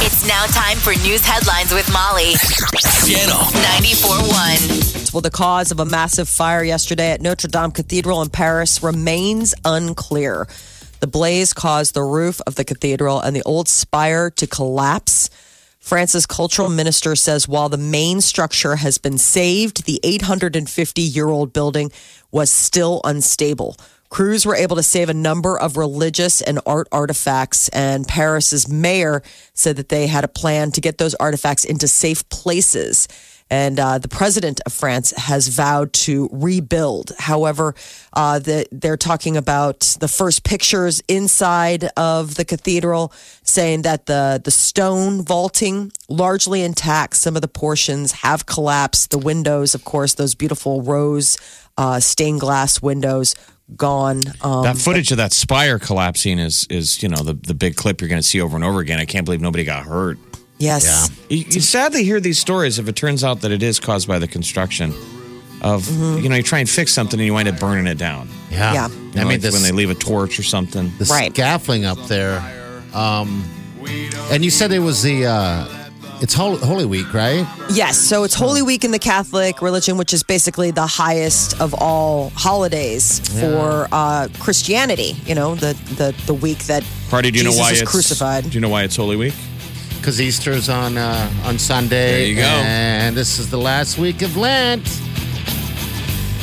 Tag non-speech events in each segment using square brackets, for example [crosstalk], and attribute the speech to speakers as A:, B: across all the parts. A: It's now time for news headlines with Molly.
B: Channel.
A: 94.1.
C: Well, the cause of a massive fire yesterday at Notre Dame Cathedral in Paris remains unclear. The blaze caused the roof of the cathedral and the old spire to collapse. France's cultural minister says while the main structure has been saved, the 850 year old building was still unstable. Crews were able to save a number of religious and art artifacts, and Paris's mayor said that they had a plan to get those artifacts into safe places. And uh, the president of France has vowed to rebuild. However, uh, the, they're talking about the first pictures inside of the cathedral, saying that the the stone vaulting largely intact. Some of the portions have collapsed. The windows, of course, those beautiful rose uh, stained glass windows gone. Um,
B: That footage of that spire collapsing is is you know the the big clip you're going to see over and over again. I can't believe nobody got hurt.
C: yes.
B: You, you sadly hear these stories if it turns out that it is caused by the construction of
C: Mm-hmm.
B: you know you try and fix something and you wind up burning it down.
D: Yeah.
C: Yeah.
B: You
D: I
B: know,
D: mean,
B: like
D: this,
B: when they leave a torch or something.
D: the
C: Right.
D: scaffolding up there. Um, and you said it was the, uh, it's Hol- Holy Week, right?
C: Yes, so it's Holy Week in the Catholic religion, which is basically the highest of all holidays for uh, Christianity. You know, the the the week that
B: Party, do you
C: Jesus
B: know why
C: is
B: it's
C: crucified.
B: Do you know why it's Holy
C: [laughs]
B: Week?
D: Because Easter's on uh, on Sunday.
B: There you go.
D: And this is the last week of Lent.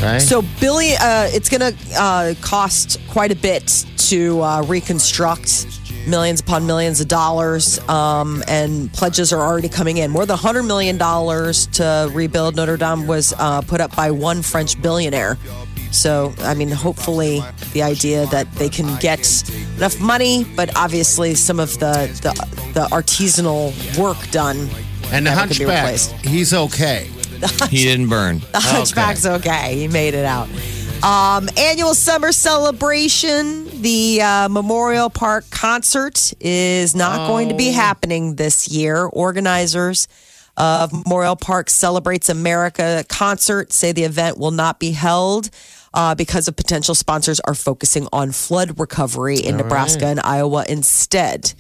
D: Right?
C: So Billy, uh, it's going to uh, cost quite a bit to uh, reconstruct millions upon millions of dollars, um, and pledges are already coming in. More than hundred million dollars to rebuild Notre Dame was uh, put up by one French billionaire. So, I mean, hopefully, the idea that they can get enough money, but obviously, some of the the, the artisanal work done.
D: and the
C: never could be
D: hunchback,
C: replaced.
D: he's okay.
B: He didn't burn.
C: The hunchback's okay. He made it out. Um, annual summer celebration, the uh, Memorial Park concert is not going to be happening this year. Organizers of Memorial Park Celebrates America concert say the event will not be held uh, because of potential sponsors are focusing on flood recovery in Nebraska and Iowa instead.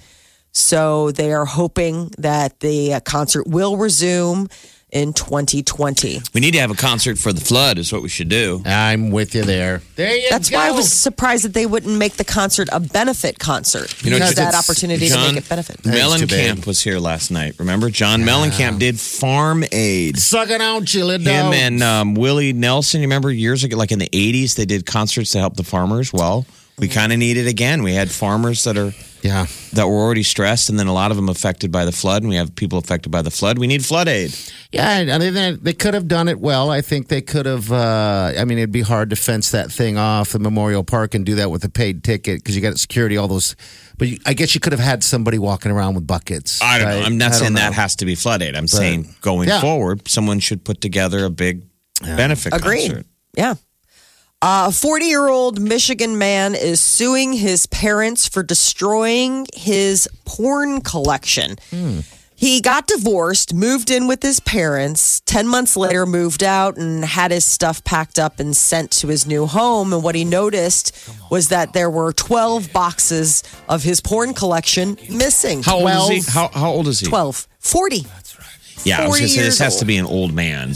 C: So they are hoping that the uh, concert will resume in 2020.
B: We need to have a concert for the flood. Is what we should do.
D: I'm with you there. There you
C: That's
D: go.
C: why I was surprised that they wouldn't make the concert a benefit concert. You know,
B: know,
C: that
B: it's-
C: opportunity to
B: John-
C: make it benefit.
D: That's too bad.
B: Mellencamp was here last night. Remember, John Mellencamp did Farm Aid.
D: Sucking out, chili
B: Him
D: dog.
B: and um, Willie Nelson, you remember years ago, like in the 80s, they did concerts to help the farmers. Well, we
D: Mm-hmm.
B: kind of need it again. We had farmers that are
D: Yeah.
B: that were already stressed, and then a lot of them affected by the flood, and we have people affected by the flood. We need flood aid.
D: Yeah, I I mean, they- they could have done it well. I think they could have. Uh, I mean, it'd be hard to fence that thing off the Memorial Park and do that with a paid ticket because you got security, all those. But you, I guess you could have had somebody walking around with buckets.
B: I don't know.
D: right?
B: I'm not
D: I
B: saying
D: don't
B: that
D: know.
B: has to be flood aid. I'm saying going
D: yeah.
B: forward, someone should put together a big benefit
C: Agreed.
B: concert.
C: Yeah. Uh, a 40 year old Michigan man is suing his parents for destroying his porn collection.
B: Hmm.
C: He got divorced, moved in with his parents, 10 months later moved out and had his stuff packed up and sent to his new home. And what he noticed was that there were 12 boxes of his porn collection missing.
B: How old is he?
C: 12.
B: How, how old is he?
C: 12. 40.
B: Yeah, I
C: 40
B: was gonna say this
C: years
B: has to
C: old.
B: be an old man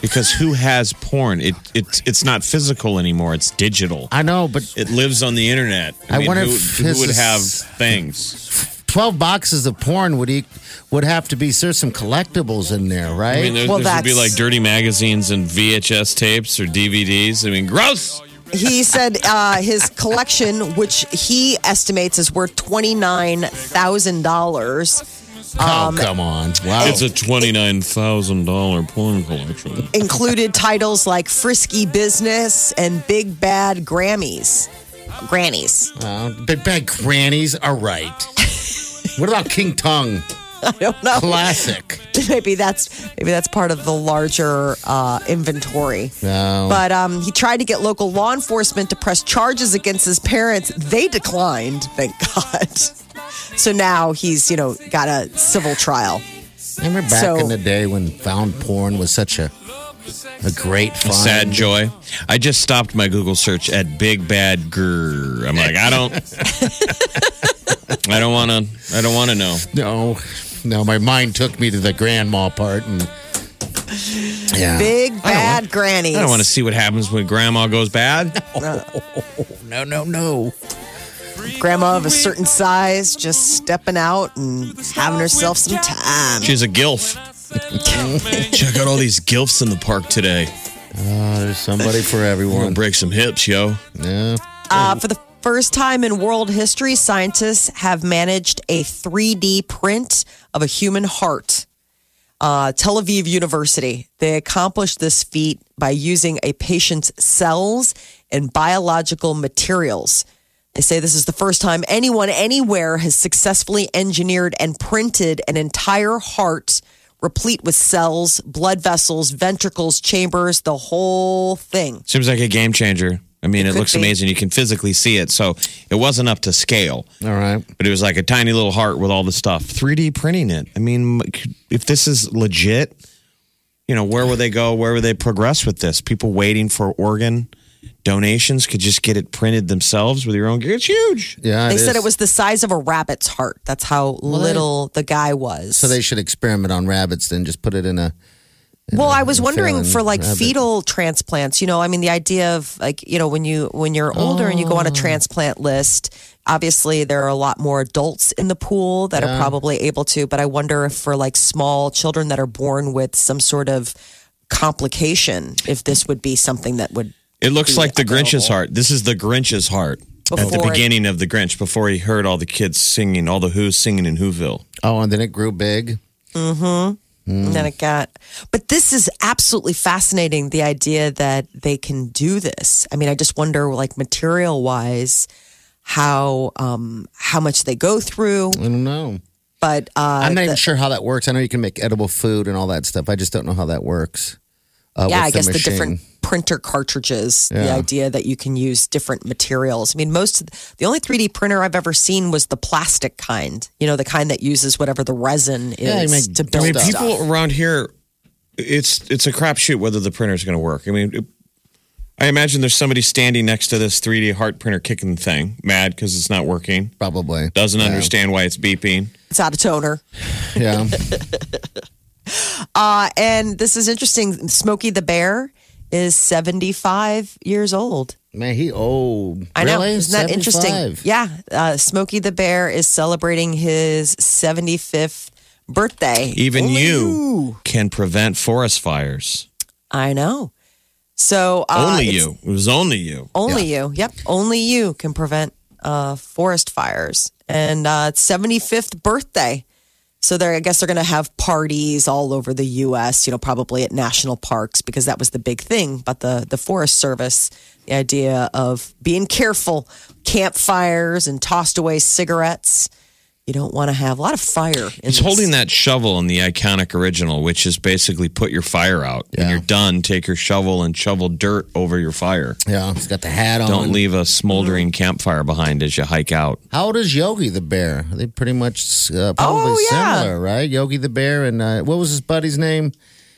B: because who has porn? It it's it's not physical anymore. It's digital.
D: I know, but
B: It lives on the internet.
D: I wonder if
B: who,
D: his
B: who would
D: is-
B: have things.
D: twelve boxes of porn would eat, would have to be. There's some collectibles in there, right?
B: I mean, there,
C: Well,
B: there should be
C: that's-
B: like dirty magazines and VHS tapes or DVDs. I mean, gross.
C: he said uh, his collection, which he estimates is worth twenty nine thousand dollars,
D: oh come on! Wow,
B: Um, It's a twenty nine thousand dollar porn collection.
C: included titles like Frisky Business and Big Bad Grammys, Grannies. [laughs]
B: [laughs]
D: uh, big bad grannies are right. what about King Tongue?
C: I don't know.
D: Classic.
C: maybe that's maybe that's part of the larger uh, inventory.
D: No.
C: But um, he tried to get local law enforcement to press charges against his parents. They declined. Thank [laughs] God. So now he's you know got a civil trial.
D: Remember back
C: So-
D: in the day when found porn was such a a great find.
B: Sad joy. I just stopped my Google search at Big Bad Grr. I'm like, I
D: [laughs]
B: don't, I don't want to, I don't want to know.
D: No, no, my mind took me to the grandma part and yeah.
C: Big bad
B: want-
C: grannies.
B: I don't want to see what happens when Grandma goes bad.
D: No, no, no.
C: grandma of a certain size just stepping out and having herself some time.
B: She's a
D: [laughs]
B: gilf. Check out all these gilfs in the park today.
D: Oh, there's somebody for
B: We're gonna [laughs]
D: everyone.
B: break some hips, yo.
D: Yeah.
C: Uh, for the first time in world history, scientists have managed a 3D print of a human heart. Uh, Tel Aviv University. They accomplished this feat by using a patient's cells and biological materials. They say this is the first time anyone anywhere has successfully engineered and printed an entire heart replete with cells, blood vessels, ventricles, chambers, the whole thing.
B: Seems like a game changer. I mean, it,
C: could
B: looks
C: be.
B: amazing. You can physically see it. So it wasn't up to scale,
D: All right.
B: but it was like a tiny little heart with all the stuff. 3D printing it. I mean, if this is legit, you know, where will they go? Where will they progress with this? People waiting for organ donations could just get it printed themselves with your own. It's huge.
D: Yeah.
C: They
D: is.
C: said it was the size of a rabbit's heart. That's how little the guy was.
D: So they should experiment on rabbits, then just put it in a.
C: well, I was
D: a
C: wondering for like
D: feral rabbit.
C: fetal transplants. You know, I mean, the idea of like you know when you when you're older and you go on
D: Oh.
C: a transplant list, obviously there are a lot more adults in the pool that are probably able to. But I wonder if for like small children that are born with some sort of complication, if this would be something that would.
B: It looks
C: Be
B: like the Grinch's heart. This is the Grinch's heart at the
C: Before it-
B: beginning of the Grinch before he heard all the kids singing, all the Who's singing in Whoville.
D: Oh, and then it grew big. Mm.
C: And then it got. But this is absolutely fascinating the idea that they can do this. I mean, I just wonder, like, material wise, how um, how much they go through.
D: I don't know.
C: But uh,
D: I'm Mm. not even sure how that works. I know you can make edible food and all that stuff. I just don't know how that works. Uh,
C: yeah, I
D: with
C: guess the
D: machine.
C: different printer cartridges, the idea that you can use different materials. I mean, most the only 3D printer I've ever seen was the plastic kind, you know, the kind that uses whatever the resin is
D: Yeah, you make-
C: to
D: I
C: build
D: mean,
C: stuff.
B: people around here it's it's a crapshoot whether the printer's going to work i mean it- i imagine there's somebody standing next to this 3d heart printer kicking the thing mad because it's not working
D: Probably.
B: doesn't understand why it's beeping
C: it's out of toner.
D: Yeah.
C: Uh, and this is interesting. Smokey the Bear is 75 years old.
D: Man, he old.
C: I know.
D: Really?
C: Isn't that
D: 75?
C: interesting? Yeah. Uh, Smokey the Bear is celebrating his 75th birthday.
B: even
C: Ooh.
B: you can prevent forest fires
C: I know. So uh,
B: only
C: it's
B: you it was only you
C: Only you. Yep. Only you can prevent uh, forest fires. And uh, it's 75th birthday. So they're, I guess they're going to have parties all over the U.S. You know, probably at national parks because that was the big thing. But the the Forest Service, the idea of being careful, campfires and tossed away cigarettes. You don't want to have a lot of fire. In
B: it's holding that shovel in the iconic original which is basically put your fire out when
D: Yeah.
B: you're done take your shovel and shovel dirt over your fire
D: Yeah. He's got the hat
C: Oh,
D: on.
B: don't leave a smoldering campfire behind as you hike out
D: How old is Yogi the Bear? They pretty much uh, probably
C: Oh, yeah.
D: similar, right? Yogi the Bear and uh, what was his buddy's name?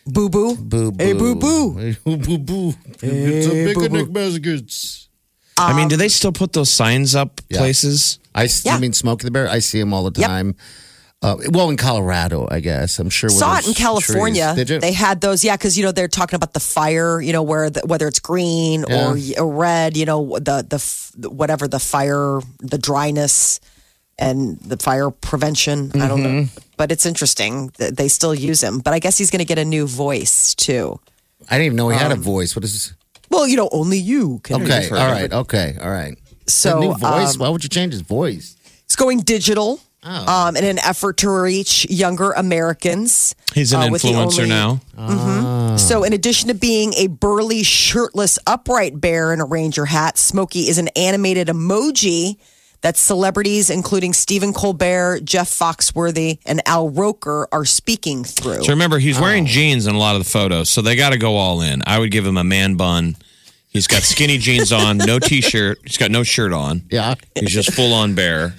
C: boo boo.
D: Boo Boo.
C: Hey, Boo Boo.
D: Hey, Boo Boo. It's a picnic baskets.
B: I mean, do they still put those signs up
D: Um, Yeah.
B: places?
D: I s-
C: Yeah.
D: you mean Smokey the Bear? I see him all the
C: Yep.
D: time. Uh, well, in Colorado, I guess. I'm sure. with
C: saw it in
D: those
C: California.
D: trees. Did you?
C: They had those, yeah, because you know they're talking about the fire, you know, where the, whether it's green or, y- or red, you know, the the f- whatever the fire, the dryness, and the fire prevention. I don't know,
D: Mm-hmm.
C: but it's interesting that they still use him. But I guess he's going to get a new voice too.
D: I didn't even know he had a
C: Um,
D: voice. What is
C: Well, you know, only you can.
D: this? Okay. All right. Okay. All right.
C: So,
D: A new voice.
C: um,
D: Why would you change his voice?
C: It's going digital.
D: Oh.
C: Um, in an effort to reach younger Americans,
B: He's an
C: uh, with the
B: influencer
C: only-
B: now.
D: Oh.
C: So, in addition to being a burly, shirtless, upright bear in a ranger hat, Smokey is an animated emoji that celebrities, including Stephen Colbert, Jeff Foxworthy, and Al Roker, are speaking through.
B: So remember, he's
D: Oh.
B: wearing jeans in a lot of the photos, so they got to go all in. I would give him a man bun. He's got skinny jeans on, no t-shirt. He's got no shirt on.
D: Yeah.
B: He's just full on bear.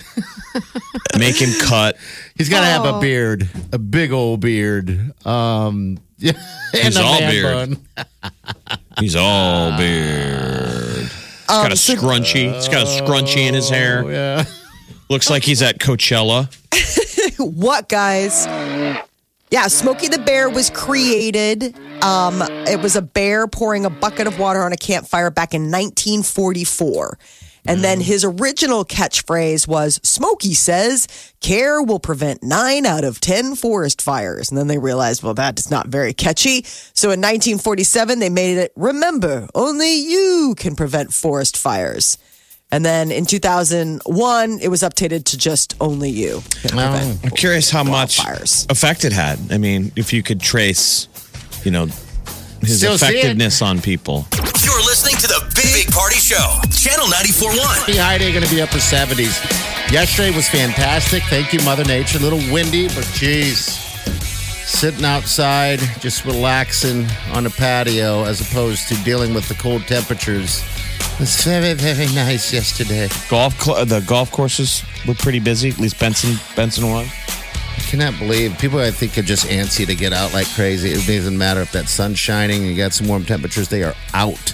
B: Make him cut.
D: He's got to have a beard, a big old beard. Um, yeah, and
B: He's
D: a
B: all
D: man
B: beard.
D: bun.
B: He's all beard. He's got a scrunchie. He's got a scrunchie in his hair.
D: Um, Oh, Yeah.
B: Looks like he's at Coachella.
C: what, guys? Yeah, Smokey the Bear was created. Um, it was a bear pouring a bucket of water on a campfire back in 1944. And then his original catchphrase was Smokey says, care will prevent nine out of 10 forest fires. And then they realized, well, that is not very catchy. So in 1947, they made it, remember, only you can prevent forest fires. And then in 2001, it was updated to just only you. can prevent
B: I'm curious how much
C: Wildfires.
B: effect it had. I mean, if you could trace, you know, his
D: Still see it.
B: effectiveness on people.
E: You're listening to the Big, Big Party Show, Channel 941.
D: Be high day going to be up to 70s. Yesterday was fantastic. Thank you, Mother Nature. A little windy, but geez, sitting outside, just relaxing on a patio as opposed to dealing with the cold temperatures. It was very, very nice yesterday.
B: Golf cl- uh, the golf courses were pretty busy. At least Benson Benson was.
D: I cannot believe people, I think, are just antsy to get out like crazy. It doesn't matter if that sun's shining and you got some warm temperatures, they are out.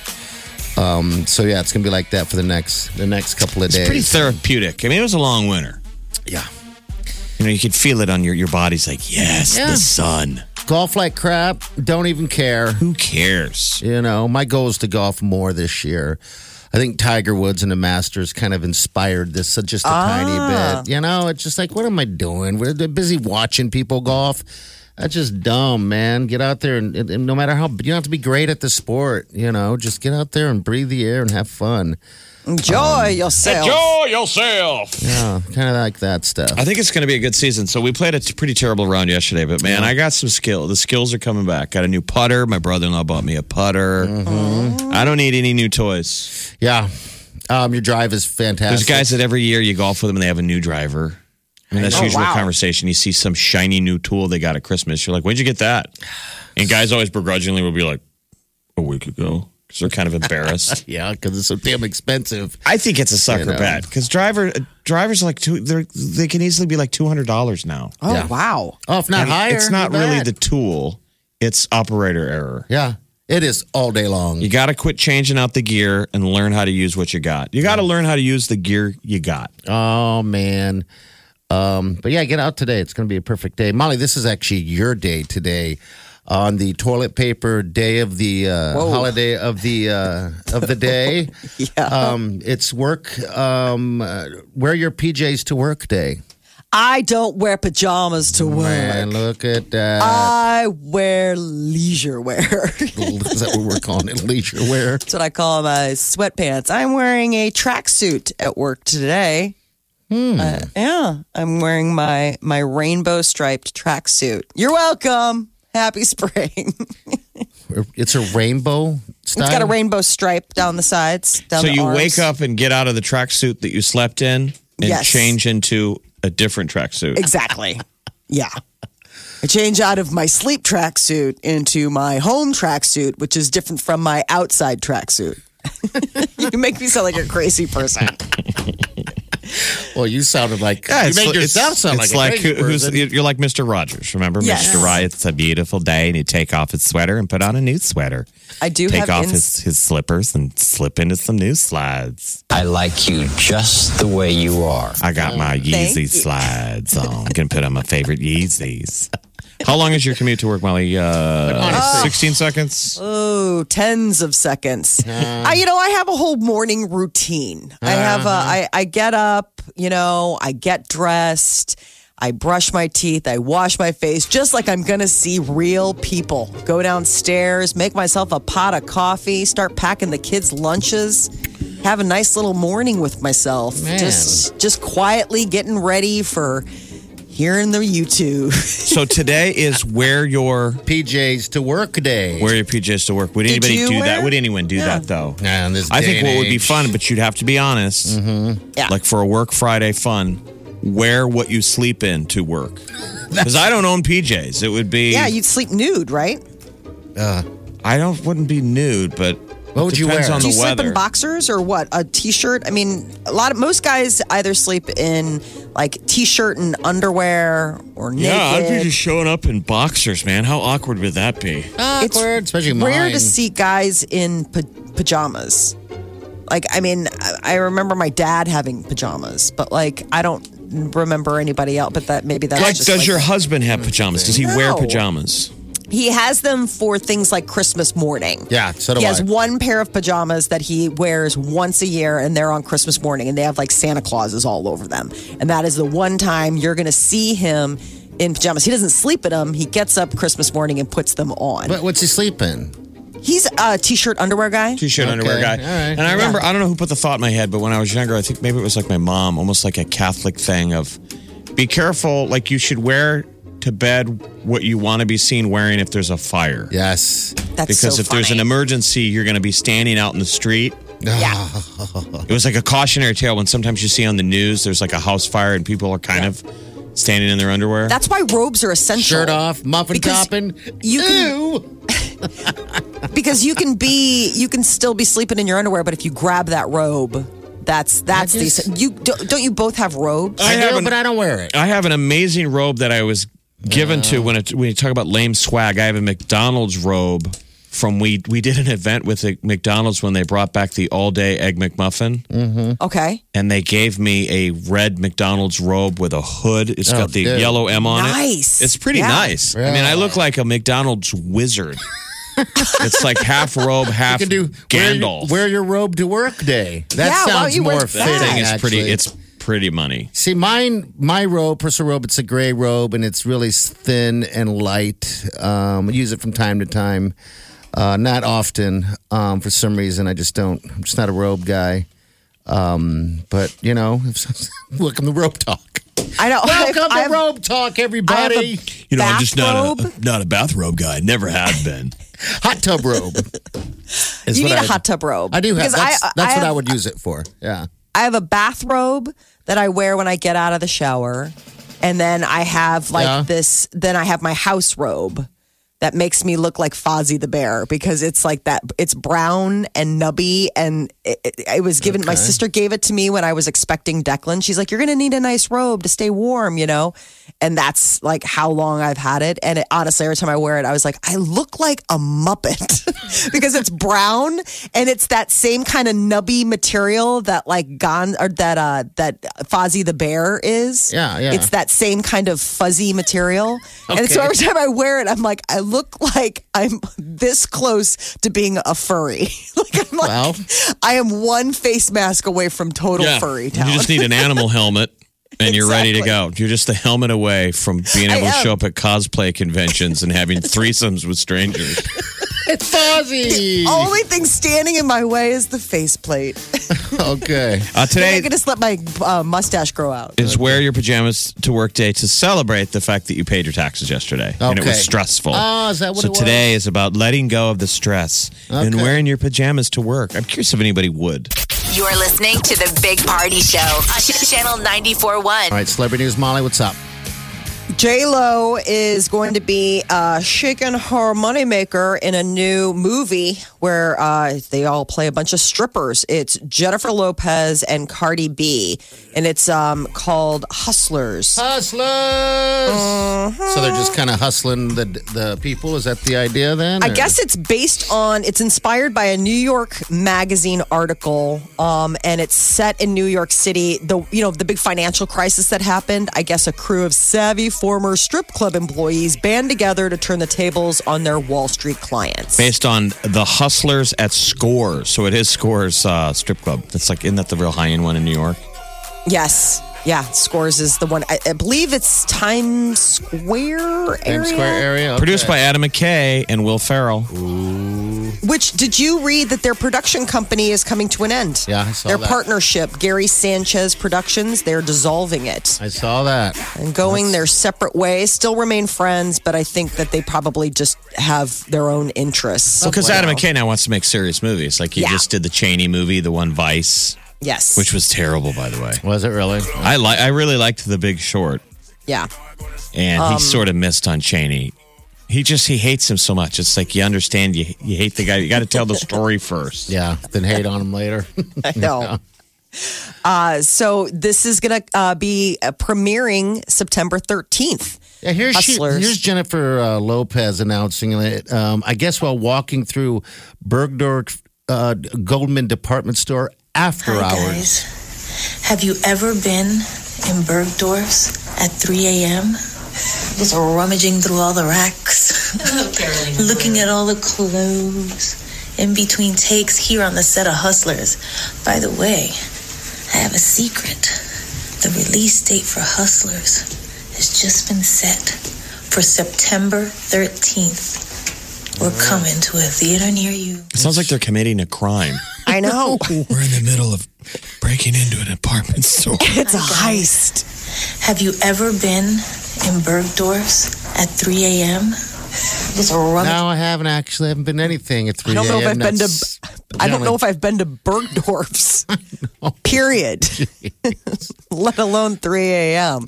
D: Um, so yeah, it's gonna be like that for the next the next couple of
B: It's
D: days.
B: pretty therapeutic. I mean, it was a long winter.
D: yeah.
B: You know, you could feel it on your your body's like, yes,
D: Yeah.
B: the sun.
D: Golf like crap, don't even care.
B: Who cares?
D: You know, my goal is to golf more this year. I think Tiger Woods and the Masters kind of inspired this uh, just a tiny bit. You know, it's just like, what am I doing? We're they're busy watching people golf. That's just dumb, man. Get out there and, and- and no matter how, you don't have to be great at the sport. You know, just get out there and breathe the air and have fun.
C: Enjoy yourself.
B: yourself.
D: Yeah, kind of like that stuff.
B: I think it's going to be a good season. So we played a t- pretty terrible round yesterday, but man, I got some skill. The skills are coming back. Got a new putter. My brother-in-law bought me a putter.
D: Mm-hmm.
B: I don't need any new toys.
D: Yeah. Um, your drive is fantastic.
B: There's guys that every year you golf with them and they have a new driver. I mean, that's usually a conversation. You see some shiny new tool they got at Christmas. You're like, where'd you get that? And guys always begrudgingly will be like, a week ago. Because they're kind of embarrassed.
D: yeah, because it's so damn expensive.
B: [laughs] I think it's a sucker
D: You know.
B: bet because driver uh, drivers like two. They're, they can easily be like two hundred dollars now.
C: Oh,
D: Yeah.
C: wow.
D: Oh, if not
B: And
D: higher.
B: it's not
D: you
B: really
D: bet.
B: the tool; it's operator error.
D: Yeah, it is all day long.
B: You got to quit changing out the gear and learn how to use what you got. You got to learn how to use the gear you got.
D: Oh man. Um, but yeah, get out today. It's going to be a perfect day. Molly, this is actually your day today on the toilet paper day of the uh, holiday of the uh, of
C: [laughs]
D: the day. yeah. Um, it's work. Um, uh, wear your PJs to work day.
C: I don't wear pajamas to work.
D: Man, look at that.
C: I wear leisure wear. [laughs] That's
D: is that what we're calling it? Leisure wear.
C: what I call my sweatpants. I'm wearing a tracksuit at work today. Uh, yeah, I'm wearing my my rainbow striped tracksuit. You're welcome. Happy [laughs] spring.
D: It's a rainbow style.
C: it's got a rainbow stripe down the sides. Down
B: So
C: the
B: you
C: arms.
B: wake up and get out of the tracksuit that you slept in and
C: Yes.
B: change into a different tracksuit.
C: Exactly. Yeah. I change out of my sleep tracksuit into my home tracksuit, which is different from my outside tracksuit. [laughs] you make me sound like a crazy person.
D: Well, you sounded like you made yourself sound
B: it's
D: like, a
B: who-
D: crazy person.
B: who's you're like Mr. Rogers. Remember,
C: Yes.
B: Mr. Rogers? It's a beautiful day, and you take off his sweater and put on a new sweater.
C: I do
B: take
C: have
B: off
C: ins-
B: his, his slippers and slip into some new slides.
F: I like you just the way you are.
B: I got my
C: thank
B: Yeezy
C: you. [laughs]
B: slides on. I can put on my favorite Yeezys. How long is your commute to work, Molly? Uh, 16 seconds?
C: Oh, tens of seconds. I, you know, I have a whole morning routine. I have a, I, I get up, you know, I get dressed, I brush my teeth, I wash my face, just like I'm going to see real people. Go downstairs, make myself a pot of coffee, start packing the kids' lunches. Have a nice little morning with myself. Just just quietly getting ready for here in the YouTube. [laughs]
B: So today is wear your
D: PJs to work day.
B: wear your PJs to work. Would
C: Did
B: anybody
C: you
B: do that?
C: wear-
B: Would anyone do
C: Yeah.
B: that though?
D: Nah, in this
B: I
D: day
B: think
D: and
B: what would be
D: age.
B: fun, but you'd have to be honest.
D: Mm-hmm.
C: Yeah.
B: Like for a work Friday fun, wear what you sleep in to work. Because I don't own PJs. It would be
C: yeah, you'd sleep nude, right?
B: I don't wouldn't be nude, but
D: What would you
B: depends
D: wear?
B: on
C: Do
B: the
C: you
B: weather.
C: sleep in boxers or what? A t-shirt? I mean, a lot of most guys either sleep in like t-shirt and underwear or naked.
B: yeah, I'd be just showing up in boxers, man. How awkward would that be?
C: it's
D: Awkward, especially mine.
C: rare to see guys in pa- pajamas. Like, I mean, I I remember my dad having pajamas, but like, I don't remember anybody else. But that maybe that's
B: Like,
C: just,
B: does your husband have pajamas? Does he wear
C: No.
B: pajamas?
C: he has them for things like Christmas morning.
D: Yeah, so do
C: he
D: I.
C: has one pair of pajamas that he wears once a year, and they're on Christmas morning, and they have like Santa Clauses all over them. And that is the one time you're going to see him in pajamas. He doesn't sleep in them. He gets up Christmas morning and puts them on.
D: But what's he sleeping?
C: He's a t-shirt underwear guy.
B: T-shirt
D: Okay,
B: underwear guy.
D: all right.
B: And I remember, I don't know who put the thought in my head, but when I was younger, I think maybe it was like my mom, almost like a Catholic thing of be careful. Like you should wear to bed what you want to be seen wearing if there's a fire.
D: Yes.
C: That's
B: Because
C: so
B: if there's an
C: funny.
B: emergency, you're going to be standing out in the street.
D: [laughs] Yeah.
B: It was like a cautionary tale when sometimes you see on the news there's like a house fire and people are kind of standing in their underwear.
C: That's why robes are essential.
D: Shirt off, muffin
C: Because
D: topping.
C: you can-
D: Ew.
C: [laughs] Because you can be, you can still be sleeping in your underwear, but if you grab that robe, that's that's
D: I just-
C: the you don't, don't you both have robes?
B: I
D: I, do,
B: haven't-
D: but I don't wear it.
B: I have an amazing robe that I was given to when it, when you talk about lame swag. I have a McDonald's robe from we we did an event with the McDonald's when they brought back the all day egg McMuffin,
D: Mm. Uh-huh.
C: Okay,
B: and they gave me a red McDonald's robe with a hood. It's
D: Oh,
B: got the
D: dude.
B: yellow M on it.
C: Nice.
B: It's pretty
C: Yeah.
B: nice. I mean, I look like a McDonald's
D: [laughs]
B: wizard. it's like half robe, half
D: You can do wear your-
B: Gandalf.
D: Wear, your robe to work day. That
C: Yeah, why don't
D: sounds
C: you wear
D: more
C: that?
D: fitting.
B: that thing is pretty.
D: actually.
B: It's pretty money.
D: See, mine, my robe, personal robe, it's a gray robe and it's really thin and light. Um, I use it from time to time, uh, not often. Um, for some reason, I just don't, I'm just not a robe guy. Um, but, you know, [laughs] welcome to Robe Talk.
C: Oh, I know.
D: Welcome
C: I
D: to
C: have-
D: Robe Talk, everybody.
B: You know, I'm just not a
C: Bathrobe?
B: not a bathrobe guy. Never have been.
D: Hot tub robe. is
C: You
D: what
C: need
D: I
C: a
D: would-
C: hot tub robe.
D: I do have,
C: Because
D: that's,
C: I,
D: that's
C: I
D: what I
C: have-
D: would use it for. Yeah.
C: I have a bathrobe that I wear when I get out of the shower, and then I have like
D: Yeah.
C: this. Then I have my house robe that makes me look like Fozzie the Bear because it's like that. It's brown and nubby, and it, it, it was given. My sister gave it to me when I was expecting Declan. She's like, "You're gonna need a nice robe to stay warm," you know. And that's like how long I've had it. And it, honestly, every time I wear it, I was like, I look like a Muppet [laughs] because it's brown and it's that same kind of nubby material that like Gon or that uh that Fozzie the Bear is.
D: Yeah, yeah.
C: It's that same kind of fuzzy material. And so every time I wear it, I'm like, I look like I'm this close to being a furry. [laughs] like I'm like,
D: Well.
C: I am one face mask away from total furry town.
B: You just need an
C: [laughs]
B: animal helmet and you're ready to go. You're just the helmet away from being able to
C: am.
B: show up at cosplay conventions and
C: [laughs]
B: having threesomes with strangers.
D: It's Fozzie.
C: Only thing standing in my way is the faceplate.
D: [laughs]
C: [laughs]
D: Okay.
B: Uh,
C: I
B: today
C: could just let my uh, mustache grow out.
B: is wear your pajamas to work day to celebrate the fact that you paid your taxes yesterday and it was
D: Okay.
B: stressful.
D: Oh, is that what
B: so
D: it was?
B: today is about letting go of the stress and
D: Okay.
B: wearing your pajamas to work. I'm curious if anybody would.
A: You're listening to the Big Party Show on Ch- Channel 94.1.
D: All right, celebrity news, Molly. What's up?
C: J Lo is going to be uh, shaking her moneymaker in a new movie where uh, they all play a bunch of strippers. It's Jennifer Lopez and Cardi B, and it's um, called Hustlers.
D: Hustlers. So they're just kind of hustling the the people. Is that the idea then?
C: I
D: or-
C: guess it's based on, it's inspired by a New York magazine article, um, and it's set in New York City. The you know the big financial crisis that happened. I guess a crew of savvy former strip club employees band together to turn the tables on their Wall Street clients.
B: Based on the hustlers at Scores. So it is Scores uh, strip club. That's like, isn't that the real high end one in New York?
C: Yes, yeah. Scores is the one. I, I believe it's Times Square area.
D: Times Square area. okay.
B: Produced by Adam McKay and Will Farrell.
C: Which did you read that their production company is coming to an end?
D: Yeah, I saw
C: Their
D: that.
C: partnership, Gary Sanchez Productions, they're dissolving it
D: I saw that.
C: and going their separate ways. Still remain friends, but I think that they probably just have their own interests.
B: Because Adam McKay now wants to make serious movies. Like he
C: Yeah.
B: just did the Cheney movie, the one Vice,
C: yes,
B: which was terrible, by the way.
D: Was it really?
B: I like. I really liked The Big Short,
C: yeah,
B: and he sort of missed on Cheney. He just he hates him so much. It's like you understand. You you hate the guy. You got to tell the [laughs] story first.
D: Yeah. Then hate on him later. [laughs]
C: I know. Uh, so this is going to uh, be uh, premiering September thirteenth.
D: Yeah, here's she,
C: Hustlers.
D: here's Jennifer uh, Lopez announcing it. Um, I guess while walking through Bergdorf uh, Goldman department store after
G: Hi,
D: hours.
G: Guys. Have you ever been in Bergdorf's at 3 a.m.? Just rummaging through all the racks, [laughs] looking at all the clothes in between takes here on the set of Hustlers. By the way, I have a secret. The release date for Hustlers has just been set for September 13th. We're coming to a theater near you.
B: It sounds like they're committing a crime.
C: I
D: [laughs]
C: know
B: [laughs] We're in the middle of breaking into an apartment store.
C: it's a heist.
G: Have you ever been in Bergdorf's at 3 a.m.? Just rummaging
D: No, I haven't actually. I haven't been to anything at 3
C: I
D: a.m.
C: don't know if I've been
D: That's
C: to. I don't
D: generally-
C: know if I've been to Bergdorf's. Period. [laughs] Let alone 3 a.m.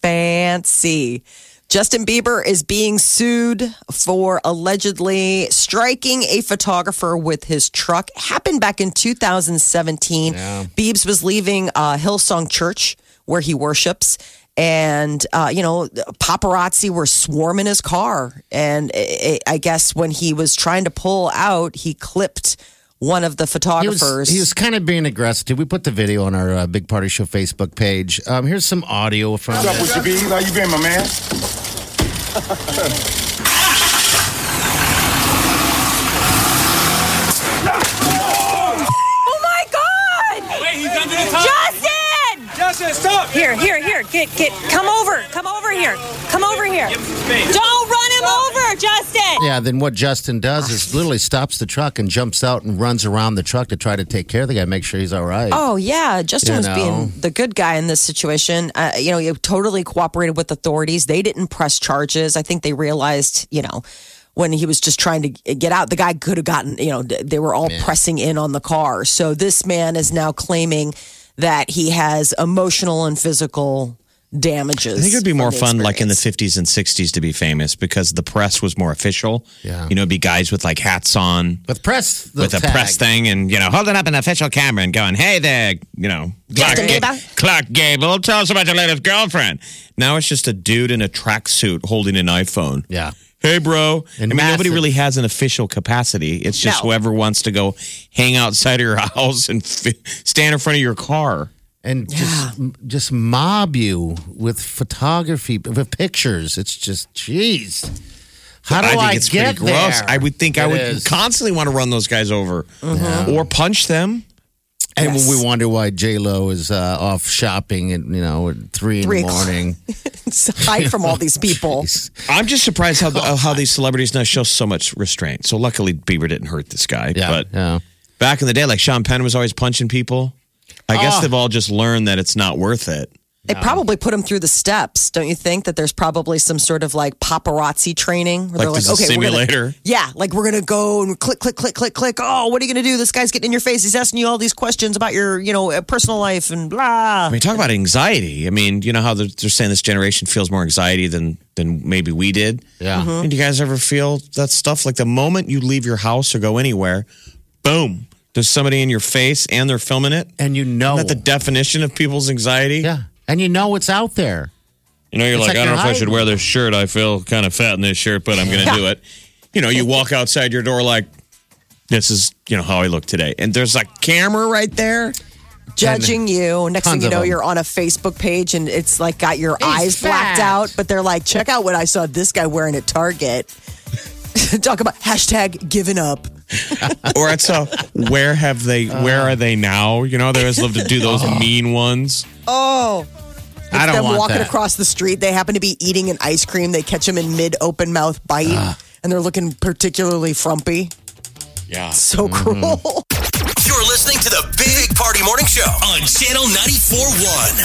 C: Fancy. Justin Bieber is being sued for allegedly striking a photographer with his truck. Happened back in 2017. Biebs was leaving uh, Hillsong Church where he worships. And, uh, you know, paparazzi were swarming his car. And i i I guess when he was trying to pull out, he clipped one of the
D: He was-
C: photographers.
D: He was kind of being aggressive. We put the video on our uh, Big Party Show Facebook page. Um, here's some audio from.
H: What's up with you, Bees? How you been, my man?
I: Oh my God! Wait, he's under the top. Justin! Justin, stop! Here, here, here. Get, get. Come over. Come over here. Come over here. Don't run him over, Justin.
D: Yeah, then what Justin does is literally stops the truck and jumps out and runs around the truck to try to take care of the guy, make sure he's all right.
C: Oh yeah, Justin
D: You
C: was
D: know.
C: being the good guy in this situation. Uh, you know, he totally cooperated with authorities. They didn't press charges. I think they realized, you know, when he was just trying to get out, the guy could have gotten. You know, they were all pressing in on the car. So this man is now claiming that he has emotional and physical damages.
B: [laughs] I think it would be more fun, like in the
C: experience.
B: 50s and 60s, to be famous because the press was more official.
D: Yeah.
B: You know, it'd be guys with like hats on,
D: With press, the
B: with a
D: tag.
B: press thing, and, you know, holding up an official camera and going, hey there, you know, Clark,
C: Justin
B: Ga-
C: Bieber.
B: Clark Gable, tell us about your latest girlfriend. Now it's just a dude in a tracksuit holding an iPhone.
D: Yeah.
B: Hey, bro.
D: And
B: I mean, nobody
D: massive.
B: really has an official capacity. It's just
C: No.
B: whoever wants to go hang outside of your [laughs] house and f- stand in front of your car.
D: and just just mob you with photography, with pictures. It's just, jeez. How do I,
B: I think it's
D: get
B: pretty gross.
D: there?
B: I would think I
D: It
B: would
D: is. Mm-hmm.
B: constantly want to run those guys over or punch them.
D: And when we wonder why J Lo is uh, off shopping at you know at three in
C: Three
D: the
C: o'clock.
D: morning.
C: [laughs] hide from all
B: [laughs]
D: [laughs]
C: these people.
D: Jeez.
B: I'm just surprised
D: [laughs]
B: how how these celebrities now show so much restraint. So luckily, Bieber didn't hurt this guy.
D: Yeah,
B: but
D: yeah.
B: back in the day, like Sean Penn was always punching people. I guess
D: Ah.
B: they've all just learned that it's not worth it.
C: They probably put him through the steps, don't you think? That there's probably some sort of like paparazzi training. Where they're
B: Like there's a
C: we're gonna-
B: simulator?
C: yeah, like we're gonna go and click, click, click, click, click. Oh, what are you gonna do? This guy's getting in your face. He's asking you all these questions about your, you know, uh, personal life and blah.
B: I mean, talk about anxiety. I mean, you know how they're, they're saying this generation feels more anxiety than than maybe we did.
D: Yeah.
B: And do you guys ever feel that stuff? Like the moment you leave your house or go anywhere, boom, there's somebody in your face and they're filming it.
D: And you know,
B: Isn't that the definition of people's anxiety?
D: yeah, and you know it's out there.
B: You know, you're
D: It's
B: like,
D: like
B: I don't know
D: they're
B: if I should
D: hiding.
B: wear this shirt. I feel kind of fat in this shirt, but I'm going to do it. You know, you walk outside your door like, this is, you know, how I look today. And there's a camera right there.
C: Judging you. Next thing
D: Tons
C: you
D: of
C: know,
D: them.
C: you're on a Facebook page and it's like got your eyes blacked
D: fat.
C: out, but they're like, check out what I saw this guy wearing at Target. [laughs] Talk about hashtag given up.
B: Or it's a, where have they, where are they now? You know, they always love to do those mean ones.
C: Oh.
D: I don't
C: them
D: want
C: walking
D: that.
C: across the street. They happen to be eating an ice
D: Ah.
C: cream. They catch them in mid open mouth bite, and they're looking particularly frumpy.
B: Yeah.
C: So
D: Mm-hmm.
C: cruel.
E: You're listening to the Big Party Morning Show on Channel 941.